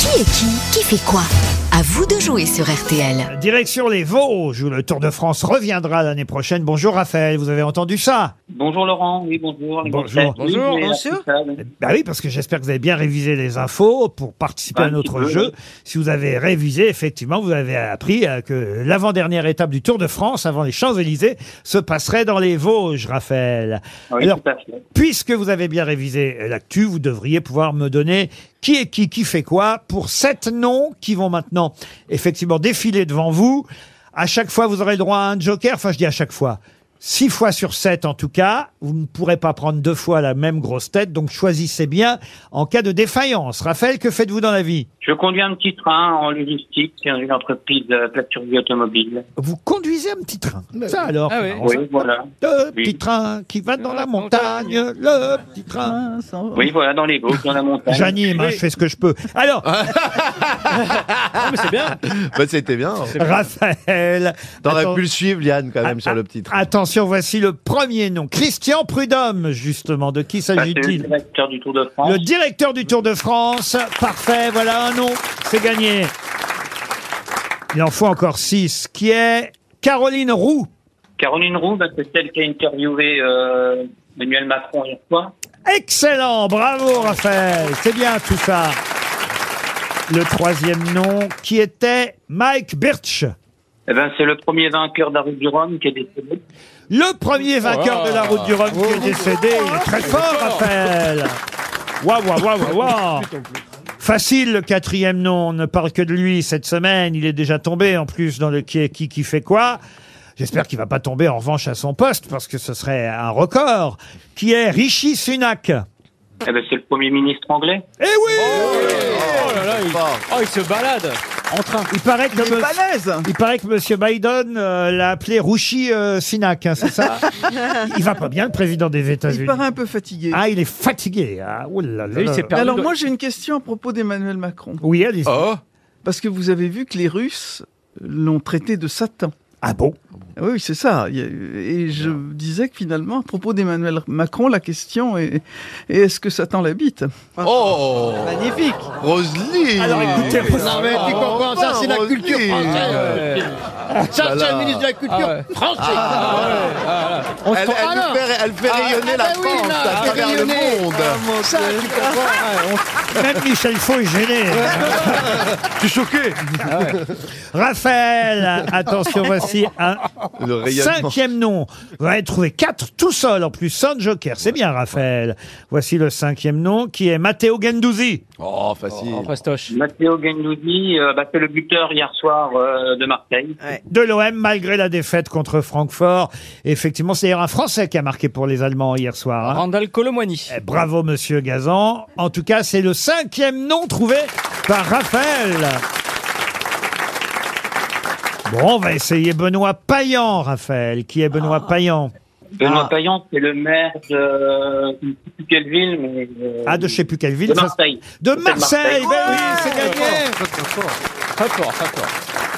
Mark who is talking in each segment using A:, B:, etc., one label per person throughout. A: Qui est qui Qui fait quoi À vous de jouer sur RTL.
B: Direction les Vosges, où le Tour de France reviendra l'année prochaine. Bonjour Raphaël, vous avez entendu ça
C: Bonjour Laurent, oui bonjour. les
B: Bonjour.
C: grosses têtes. Oui,
D: Bonjour,
C: mais la
D: bonjour.
C: totale, oui.
B: Bah oui, parce que j'espère que vous avez bien révisé les infos pour participer
C: Un
B: à notre
C: petit peu,
B: jeu.
C: oui.
B: Si vous avez révisé, effectivement, vous avez appris euh, que l'avant-dernière étape du Tour de France, avant les Champs-Élysées, se passerait dans les Vosges, Raphaël.
C: Oui,
B: Alors,
C: tout à fait.
B: puisque vous avez bien révisé euh, l'actu, vous devriez pouvoir me donner qui est qui, qui fait quoi, pour sept noms qui vont maintenant effectivement défiler devant vous. À chaque fois, vous aurez le droit à un joker. Enfin, je dis à chaque fois. Six fois sur sept, en tout cas, vous ne pourrez pas prendre deux fois la même grosse tête, donc choisissez bien en cas de défaillance. Raphaël, que faites-vous dans la vie
C: Je conduis un petit train en logistique, dans une entreprise de plâturerie automobile.
B: Vous conduisez un petit train.
D: Bah
B: Ça
D: oui.
B: alors,
D: Ah oui.
B: c'est marrant,
C: Oui,
B: ça.
C: voilà.
B: le
C: Oui.
B: petit train qui va dans
D: Ah,
B: la montagne, le petit train.
C: Oui, voilà, dans les Vosges, dans la montagne.
B: J'anime, hein, je fais ce que je peux. Alors,
D: c'est bien.
E: Bah, c'était bien.
B: Raphaël.
E: T'aurais
B: Attends-
E: pu le suivre, Liane, quand même,
B: Ah,
E: sur
B: ah,
E: le petit train.
B: Attention, voici le premier nom. Christian Prudhomme, justement. De qui
C: Enfin, c'est le
B: s'agit-il
C: directeur du Tour de France.
B: Le directeur du Tour de France. Parfait, voilà un nom. C'est gagné. Il en faut encore six. Qui est Caroline Roux.
C: Caroline Roux, bah, c'est celle qui a interviewé euh, Emmanuel Macron hier soir.
B: Excellent, bravo Raphaël. C'est bien tout ça. Le troisième nom, qui était Mike Birch.
C: Eh ben, c'est le premier vainqueur d'Arrêt du Rhum qui est décédé.
B: Le premier vainqueur
E: Ah.
B: de la route du Rhum qui est décédé. Il est très fort, Raphaël. Waouh, waouh, waouh, waouh. Facile, le quatrième nom. On ne parle que de lui cette semaine. Il est déjà tombé, en plus, dans le qui est qui, qui fait quoi. J'espère qu'il va pas tomber, en revanche, à son poste, parce que ce serait un record. Qui est Rishi Sunak. Eh
C: Eh ben, c'est le premier ministre anglais.
B: oui!
D: Oh là là,
F: ah,
D: il, oh, il se balade en train.
B: il paraît que me- Il paraît que Monsieur Biden euh, l'a appelé Rushi euh, Sunak, hein, c'est ça Il va pas bien, le président des
G: Il
B: États-Unis.
G: paraît un peu fatigué.
B: Ah, il est fatigué. Ah, ouh là là
D: Lui,
B: là.
D: il s'est perdu
G: Alors
D: de-
G: moi j'ai une question à propos d'Emmanuel Macron.
B: Oui, allez
E: Oh
G: Parce que vous avez vu que les Russes l'ont traité de Satan.
B: Ah bon
G: Ah Oui, c'est ça. Il y a- Et je disais que finalement, à propos d'Emmanuel Macron, la question est, est est-ce que Satan l'habite
E: Oh
G: Magnifique
E: Roselyne
B: Alors, écoutez,
F: Non mais
D: Ah,
F: tu comprends, ça c'est la culture française. Ça c'est
E: Voilà.
F: le ministre de la
D: Ah
F: culture
D: ouais.
F: français.
D: On se
E: Elle,
D: prend-
E: elle
D: Ah,
E: nous
D: non.
E: fait, elle fait rayonner
F: ah,
E: la
F: bah oui,
E: France
F: là, elle
E: à
F: fait
E: travers le
F: rayonner.
E: monde.
F: Ça tu comprends.
B: Même Michel Faux est gêné. Ah
E: Tu es choqué
B: Raphaël, attention, voici un
E: Le rayonnement.
B: cinquième nom. Vous allez trouver quatre tout seul, en plus, sans joker. C'est bien, Raphaël. Voici le cinquième nom, qui est Matteo Gendouzi.
E: Oh, facile.
D: En fastoche.
C: Matteo Gendouzi, euh, bah, c'est le buteur hier soir euh, de Marseille.
B: de l'OM malgré la défaite contre Francfort. Effectivement, c'est d'ailleurs un Français qui a marqué pour les Allemands hier soir. hein.
D: Randall Colomwani.
B: Eh, Bravo, monsieur Gazan. En tout cas, c'est le cinquième nom trouvé par Raphaël. Bon, on va essayer Benoît Payan, Raphaël. Qui est Benoît Payan Ah.
C: Benoît Payan, c'est le maire de euh, je ne sais plus quelle ville, mais euh,
B: Ah, de je sais plus quelle ville.
C: de
B: ça-
C: Marseille.
B: De
C: C'est de
B: Marseille,
C: Marseille.
B: ben oui, c'est gagné.
D: Très fort, très fort.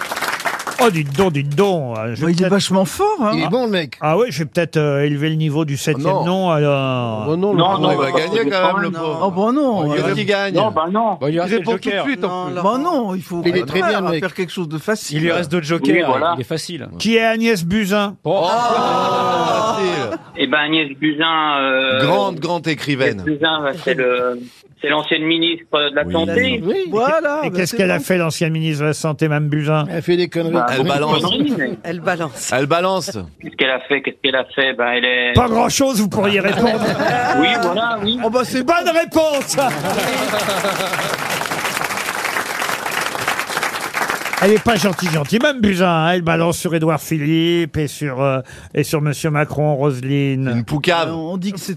B: Oh, dites donc, dites donc. euh, je vais
G: Il est
B: peut-être-
G: vachement fort. hein.
F: Il est bon le mec.
B: Ah oui, je vais peut-être euh, élever le niveau du septième
E: non.
B: nom, alors.
F: Oh non, le
C: Non,
E: Oh,
F: pauvre.
C: non,
E: il va
C: non,
E: gagner
C: non,
E: quand même,
C: non,
E: le
G: Oh
E: pauvre.
G: bon non
E: Il y en
G: euh,
E: a qui gagne.
C: Non, bah non.
D: Bon, il lui
F: Il
D: reste le
F: répond tout de
D: joker.
F: suite en plus.
G: Bon non, il faut
F: Il est très bien,
G: à
F: le mec.
G: faire quelque chose de facile.
D: Il lui reste deux jokers. hein.
C: Oui, voilà.
D: Il est facile.
B: Qui est Agnès Buzyn
D: Oh.
E: Facile.
C: Eh ben Agnès Buzyn. Euh,
E: Grande, grande
C: Agnès
E: écrivaine.
C: Buzyn, bah, c'est le, c'est l'ancienne ministre de la
E: Oui.
C: santé.
F: Oui.
G: Voilà.
B: Et
G: bah,
B: qu'est-ce
G: c'est
B: qu'elle a
G: bon.
B: fait, l'ancienne ministre de la Santé, Mme Buzyn
F: Elle fait des conneries.
C: Bah,
E: Elle balance.
C: conneries, mais
H: Elle balance.
E: Elle balance.
C: Qu'est-ce qu'elle a fait Qu'est-ce qu'elle a fait Ben elle est.
B: Pas grand-chose, vous pourriez répondre.
C: Oui, voilà, oui.
G: Oh bah c'est
B: C'est bonne réponse Elle n'est pas gentille, gentille, Mme Buzyn. hein. Elle balance sur Édouard Philippe et sur, euh, et sur Monsieur Macron, Roselyne.
E: Une
F: Ah,
E: Ah poucave.
G: on dit que c'est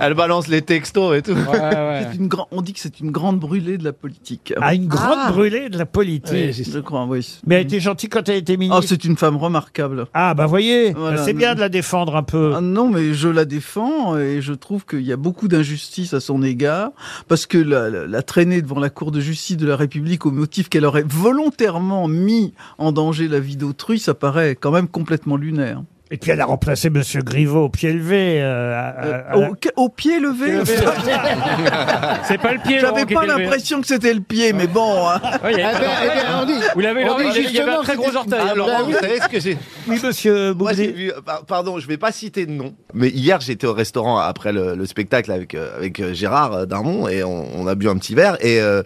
E: Elle balance les textos et tout.
D: Ouais, ouais.
G: une grande on dit que c'est une grande brûlée de la politique.
B: Ah, une grande brûlée de la politique.
G: Je crois oui.
B: Mais elle était gentille quand elle était
G: Ah,
B: ministre.
G: c'est une femme remarquable.
B: ah, bah voyez,
G: Voilà,
B: c'est
G: non.
B: bien de la défendre un peu.
G: Ah non, mais je la défends et je trouve qu'il y a beaucoup d'injustice à son égard parce que la, la- la traînée devant la Cour de justice de la République au motif qu'elle aurait volontairement mis en danger la vie d'autrui, ça paraît quand même complètement lunaire.
B: Et puis elle a remplacé Monsieur Griveaux au pied levé. euh, à- à- à la-
G: Au, au pied levé
D: C'est pas le pied. Laurent,
G: J'avais
D: qui
G: pas
D: était levé.
G: l'impression que c'était le pied, mais bon. hein.
D: Ouais, il y
F: Eh
D: avait-
F: ben, eh ben, on dit.
D: Vous l'avez,
F: on
D: Laurent,
F: dit
D: Ah il y avait- il y avait un
F: justement
D: très
F: que
D: gros
F: c'était-
D: orteil.
F: Ah,
E: Alors,
F: bah
E: vous
F: oui.
E: savez ce que j'ai
B: Oui, Monsieur
E: Moi, j'ai
B: Boublil.
E: vu, euh, par- pardon, je vais pas citer de nom, mais hier j'étais au restaurant après le, le spectacle avec, euh, avec euh, Gérard euh, Darmon et on, on a bu un petit verre et euh,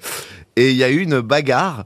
E: et il y a eu une bagarre.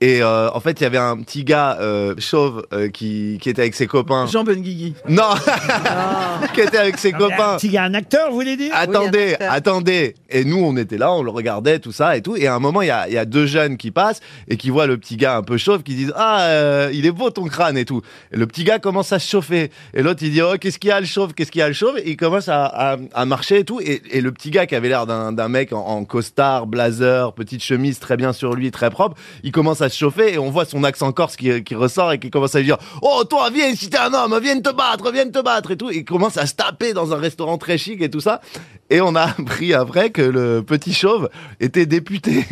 E: Et euh, en fait, il y avait un petit gars euh, chauve euh, qui, qui était avec ses copains.
G: Jean Benguigui.
E: Non, qui était avec
D: Ah,
E: ses
B: Non, mais un
E: copains.
B: petit gars, un acteur, vous voulez dire
E: Ah, Attendez, attendez. Et nous, on était là, on le regardait, tout ça et tout. Et à un moment, il y a, il y a deux jeunes qui passent et qui voient le petit gars un peu chauve, qui disent Ah, euh, il est beau ton crâne et tout. Et le petit gars commence à se chauffer. Et l'autre, il dit Oh, qu'est-ce qu'il y a le chauve Qu'est-ce qu'il y a le chauve Et Il commence à, à- à marcher et tout. Et, et le petit gars qui avait l'air d'un d'un mec en, en costard, blazer, petite chemise très bien sur lui, très propre, il commence à se chauffer et on voit son accent corse qui, qui ressort et qui commence à lui dire Oh, toi, viens, si t'es un homme, viens te battre, viens te battre et tout. Il commence à se taper dans un restaurant très chic et tout ça. Et on a appris après que le petit chauve était député.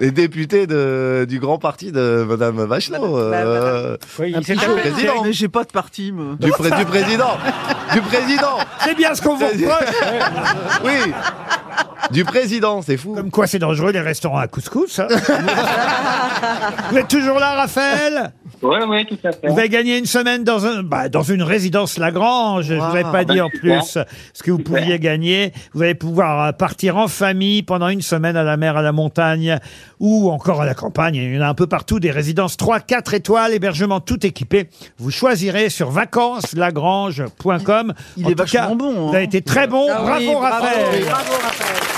E: Et député de, du grand parti de Madame Vachelot. euh,
D: Oui, il s'est
E: petit
D: tapé-
E: peu président.
G: Mais j'ai pas de parti, moi.
E: du, pré- du président. Du président.
B: C'est bien ce qu'on vous reproche.
E: Oui. Du président, c'est fou.
B: Comme quoi, c'est dangereux les restaurants à couscous. hein. vous êtes toujours là, Raphaël
C: Ouais, ouais, tout à fait.
B: Vous avez gagné une semaine dans, un, bah, dans une résidence Lagrange. Je ne vous avais pas dit en plus ce que vous pouviez gagner. Vous allez pouvoir euh, partir en famille pendant une semaine à la mer, à la montagne ou encore à la campagne. Il y en a un peu partout des résidences 3, 4 étoiles, hébergement tout équipé. Vous choisirez sur vacanceslagrange.com.
G: Il- il
B: En
G: est
B: tout cas,
G: vachement bon, hein.
B: Vous avez été très bon. bravo, Raphaël.
H: Bravo Raphaël.